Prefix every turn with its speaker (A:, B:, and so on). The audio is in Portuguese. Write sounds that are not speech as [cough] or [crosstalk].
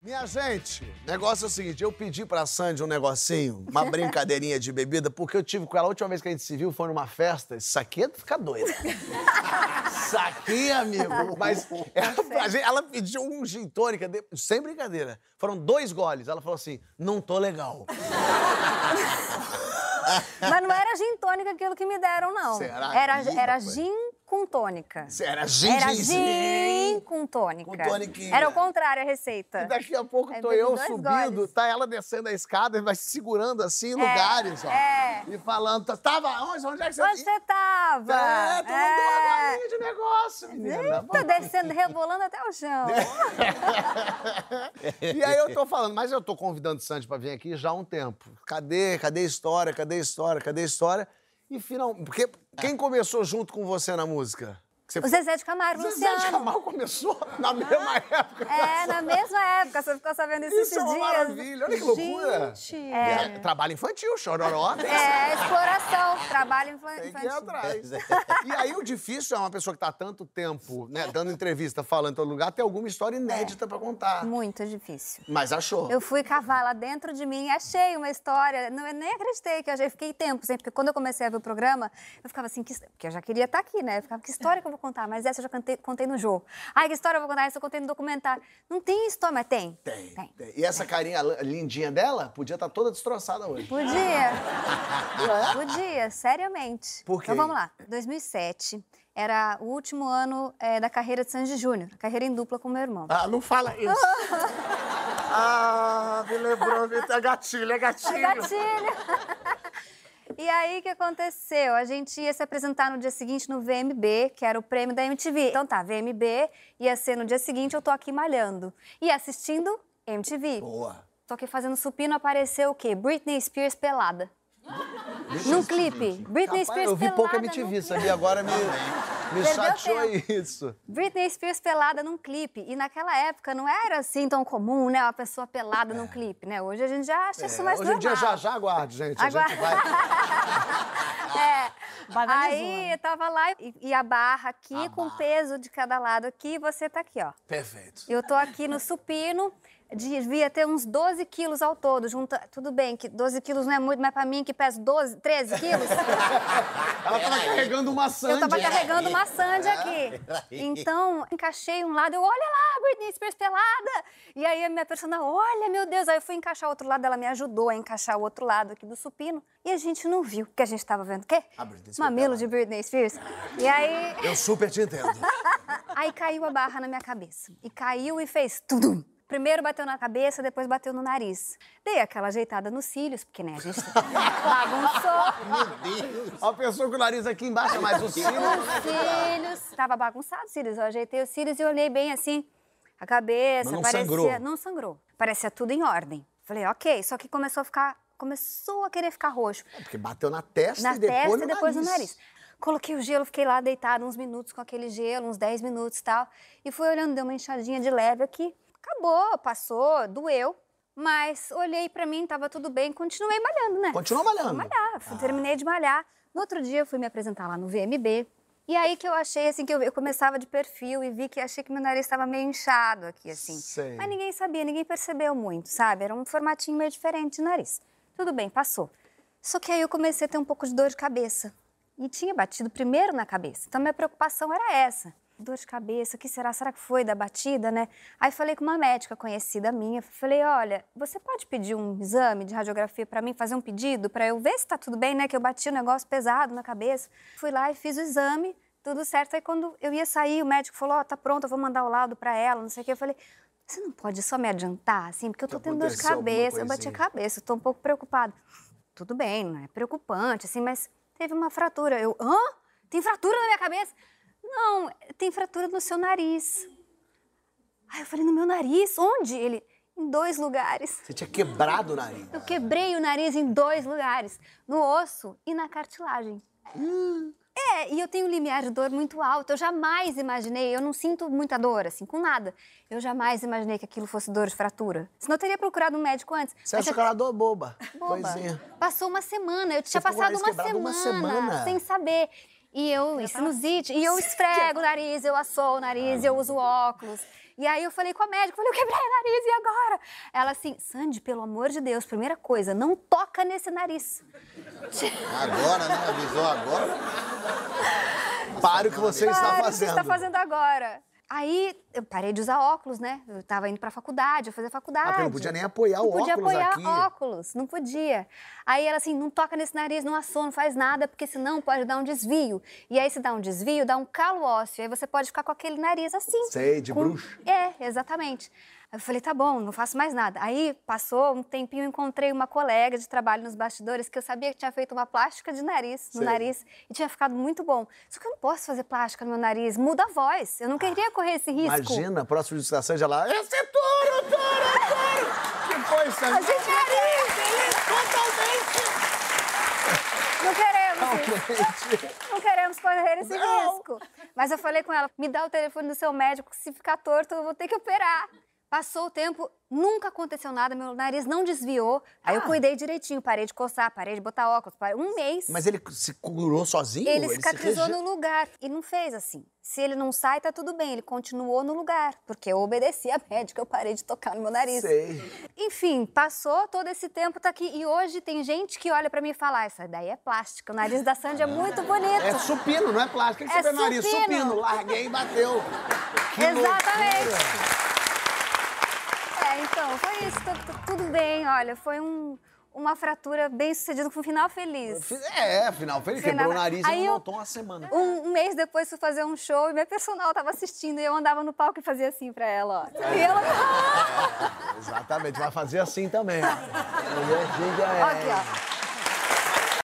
A: Minha gente, o negócio é o seguinte, eu pedi pra Sandy um negocinho,
B: [laughs]
A: uma brincadeirinha de bebida, porque eu tive com ela, a última vez que a gente se viu foi numa festa, isso aqui é ficar doido. Isso aqui, amigo, mas ela, a gente- ela pediu um gin tônica, de- sem brincadeira, foram dois goles, ela falou assim, não tô legal.
B: Mas não era gin tônica aquilo que me deram, não.
A: Será?
B: Era,
A: Ih,
B: era
A: rapaz.
B: gin com tônica.
A: Era gin,
B: Era
A: gin,
B: gin com tônica.
A: Com toniquinha.
B: Era o contrário a
A: E
B: receita.
A: daqui a pouco
B: Aí
A: tô
B: bebe
A: eu
B: dois
A: subindo,
B: goles.
A: tá ela descendo a escada e vai se segurando assim em lugares, ó.
B: é.
A: E falando, "Tá- tava onde? Onde é que você...
B: Onde você tava?
A: É, tu mandou uma galinha de negócio, menina.
B: Eita, Tá descendo, rebolando até
A: [laughs]
B: o chão.
A: E aí eu tô falando, mas eu tô convidando o Sandy pra vir aqui já há um tempo. Cadê? Cadê a história? Cadê a história? Cadê a história? E finalmente. Porque quem começou junto com você na música? Que Você...
B: O Zezé de Camargo,
A: Zezé de
B: Luciano.
A: Camargo começou na mesma época.
B: É, na mesma época, você ficou sabendo isso
A: Isso
B: esses
A: é uma
B: dias.
A: maravilha, olha que loucura.
C: Gente.
A: É, trabalho infantil, chororó. tem
B: É, exploração, trabalho infla-
A: Tem que ir
B: É, infantil.
A: atrás. E aí o difícil é uma pessoa que tá há tanto tempo, né, dando entrevista, falando em todo lugar, ter alguma história inédita pra contar.
B: Muito difícil.
A: Mas achou.
B: Eu fui cavar lá dentro de mim, achei uma história. Não, eu nem acreditei que eu achei. Fiquei tempo, sempre, porque quando eu comecei a ver o programa, eu ficava assim, que his- porque eu já queria estar aqui, né? Eu ficava, que história que eu vou contar? Mas essa eu já cantei- contei no jogo. Ai, que história eu vou contar? Essa eu contei no documentário. Não tem história, mas tem.
A: Tem, tem. E essa carinha la- lindinha dela podia estar toda destroçada hoje. [laughs]
B: Podia. Podia, seriamente.
A: Por quê?
B: Então vamos lá. 2007 era o último ano eh, da carreira de Sanji Júnior, a carreira em dupla com meu irmão.
C: Ah, não fala isso.
B: [laughs]
C: ah, me lembrou, me- é gatilho, é gatilho.
B: Gatilho! [laughs] E aí, o que aconteceu? A gente ia se apresentar no dia seguinte no VMB, que era o prêmio da MTV. Então tá, VMB ia ser no dia seguinte, eu tô aqui malhando. E assistindo MTV.
A: Boa.
B: Tô aqui fazendo supino, apareceu o quê? Britney Spears pelada. Num clipe. Britney
A: Rapaz,
B: Spears
A: eu vi
B: pelada.
A: pouca
B: num
A: MTV,
B: clipe.
A: sabia? Agora me, me
B: Perdeu
A: chateou isso.
B: Britney Spears pelada num clipe. E naquela época não era assim tão comum, né? Uma pessoa pelada num clipe, né? Hoje a gente já acha isso mais
A: É, hoje em
B: normal.
A: dia, já, já aguarde, gente. A gente
B: Aguarde.
A: vai...
B: [laughs] É.
C: Banalizou,
B: Aí
C: né?
B: eu tava lá e, e a barra aqui com o peso de cada lado aqui, e você tá aqui, ó.
A: Perfeito.
B: Eu tô aqui no supino, devia ter uns 12 quilos ao todo. Junta... Tudo bem que 12 quilos não é muito, mas pra mim que peso 12, 13
A: [laughs]
B: quilos,
A: Ela tava carregando uma Sandy.
B: eu tava carregando uma Sandy aqui.
A: Ah,
B: Então, encaixei um lado, eu, olha lá, Britney Spears pelada. E aí a minha persona, olha, meu Deus. Aí eu fui encaixar o outro lado, ela me ajudou a encaixar o outro lado aqui do supino. E a gente não viu, porque a gente tava vendo o quê?
A: A Britney Spears
B: Mamilo
A: pelada.
B: de Britney Spears. E aí...
A: Eu super te entendo.
B: Aí caiu a barra na minha cabeça. E caiu e fez tudo. Primeiro bateu na cabeça, depois bateu no nariz. Dei aquela ajeitada nos cílios, porque né, a gente bagunçou
A: A pessoa com o nariz aqui embaixo, mas o sino...
B: os cílios. Tava bagunçado os cílios, eu ajeitei os cílios e olhei bem assim a cabeça,
A: Mas não
B: parecia,
A: sangrou?
B: não sangrou. Parecia tudo em ordem. Falei, OK, só que começou a ficar, começou a querer ficar roxo.
A: É, Porque bateu na testa
B: na
A: e depois
B: testa
A: no
B: e depois
A: nariz.
B: no nariz. Coloquei o gelo, fiquei lá deitada uns minutos com aquele gelo, uns 10 minutos e tal. E fui olhando, deu uma inchadinha de leve aqui. Acabou, passou, doeu. Mas olhei pra mim, tava tudo bem, continuei malhando, né?
A: Continuou malhando? Ah.
B: Fui malhar, fui- terminei de malhar. No outro dia eu fui me apresentar lá no VMB. E aí que eu achei, assim, que eu, eu começava de perfil e vi que achei que meu nariz estava meio inchado aqui, assim.
A: Sei.
B: Mas ninguém sabia, ninguém percebeu muito, sabe? Era um formatinho meio diferente de nariz. Tudo bem, passou. Só que aí eu comecei a ter um pouco de dor de cabeça. E tinha batido primeiro na cabeça. Então minha preocupação era essa. Dor de cabeça, o que será? Será que foi da batida, né? Aí falei com uma médica conhecida minha, falei: "Olha, você pode pedir um exame de radiografia pra mim, fazer um pedido pra eu ver se tá tudo bem, né, que eu bati um negócio pesado na cabeça". Fui lá e fiz o exame, tudo certo. Aí quando eu ia sair, o médico falou: "Ó, tá pronto, eu vou mandar o laudo pra ela", não sei o quê. Eu falei: "Você não pode só me adiantar assim, porque eu tô
A: Que
B: tendo dor de
A: aconteceu alguma
B: cabeça, eu bati a
A: coisinha."
B: cabeça, eu tô um pouco preocupada. Tudo bem, não é preocupante, assim, mas teve uma fratura. Eu, hã? Tem fratura na minha cabeça? Não, tem fratura no seu nariz. Aí eu falei, no meu nariz? Onde? Ele, em dois lugares.
A: Você tinha quebrado o nariz.
B: Eu quebrei o nariz em dois lugares, no osso e na cartilagem. É, e eu tenho um limiar de dor muito alto. Eu jamais imaginei, eu não sinto muita dor, assim, com nada. Eu jamais imaginei que aquilo fosse dor de fratura. Senão eu teria procurado um médico antes.
A: Você
B: Mas
A: achou
B: já
A: que ela é dor boba.
B: boba.
A: Coisinha.
B: Passou uma semana, eu
A: ficou
B: tinha
A: com o
B: passado
A: nariz
B: uma
A: quebrado
B: semana,
A: uma semana.
B: sem saber. E eu, e sinusite, e eu esfrego o nariz, eu assoo o nariz, eu uso óculos. E aí eu falei com a médica, falei, eu quebrei o nariz, e agora? Ela assim, Sandy, pelo amor de Deus, primeira coisa, não toca nesse nariz.
D: Agora, né? Avisou agora.
A: Pare o que você está
B: Cara, o que você
A: fazendo.
B: está fazendo agora? Aí eu parei de usar óculos, né? Eu tava indo pra faculdade, eu fazia faculdade.
A: Ah, porque não podia nem apoiar
B: Não
A: o
B: podia
A: óculos
B: apoiar
A: aqui.
B: óculos, não podia. Aí ela assim, não toca nesse nariz, não assou, não faz nada, porque senão pode dar um desvio. E aí se dá um desvio, dá um calo ósseo, aí você pode ficar com aquele nariz assim.
A: Sei, de bruxa.
B: É, exatamente. Aí eu falei, tá bom, não faço mais nada. Aí passou um tempinho, eu encontrei uma colega de trabalho nos bastidores que eu sabia que tinha feito uma plástica de nariz, no
A: Sei.
B: nariz, e tinha ficado muito bom. Só que eu não posso fazer plástica no meu nariz, muda a voz. Eu não queria correr esse risco.
A: Imagina, próximo de estação, já lá. Esse é touro, touro, touro! Que foi,
B: A
A: Sandy?
B: gente é
A: Totalmente! [laughs]
B: não queremos. isso.
A: Totalmente!
B: Não queremos correr esse
A: Não.
B: risco. Mas eu falei com ela: me dá o telefone do seu médico, que se ficar torto, eu vou ter que operar. Passou o tempo, nunca aconteceu nada, meu nariz não desviou. Aí
A: Ah.
B: eu cuidei direitinho, parei de coçar, parei de botar óculos, parei... um mês.
A: Mas ele se curou sozinho?
B: Ele
A: se
B: cicatrizou
A: rege-
B: no lugar e não fez assim. Se ele não sai, tá tudo bem, ele continuou no lugar, porque eu obedeci a médica, eu parei de tocar no meu nariz.
A: Sei.
B: Enfim, passou todo esse tempo, tá aqui. E hoje tem gente que olha pra mim e fala: essa daí é plástica, o nariz da
A: Ah,
B: Sandy é muito bonito.
A: É supino, não é plástico. O que
B: É
A: você vê no nariz?
B: supino.
A: Supino. Larguei e bateu. Que
B: Exatamente.
A: loucura.
B: É, então, foi isso. tu- tu- Tudo bem, olha, foi um- uma fratura bem sucedida, com um final feliz.
A: É, afinal, ele
B: Sem
A: quebrou o
B: nada.
A: nariz
B: Aí
A: e
B: eu-
A: não voltou uma semana.
B: Um, um mês depois fui fazer um show e minha [laughs] personal tava assistindo e eu andava no palco e fazia assim pra ela, ó. E ela.
A: Exatamente, vai fazer assim também. ó. Mulher diga é.
B: Ó, aqui, ó.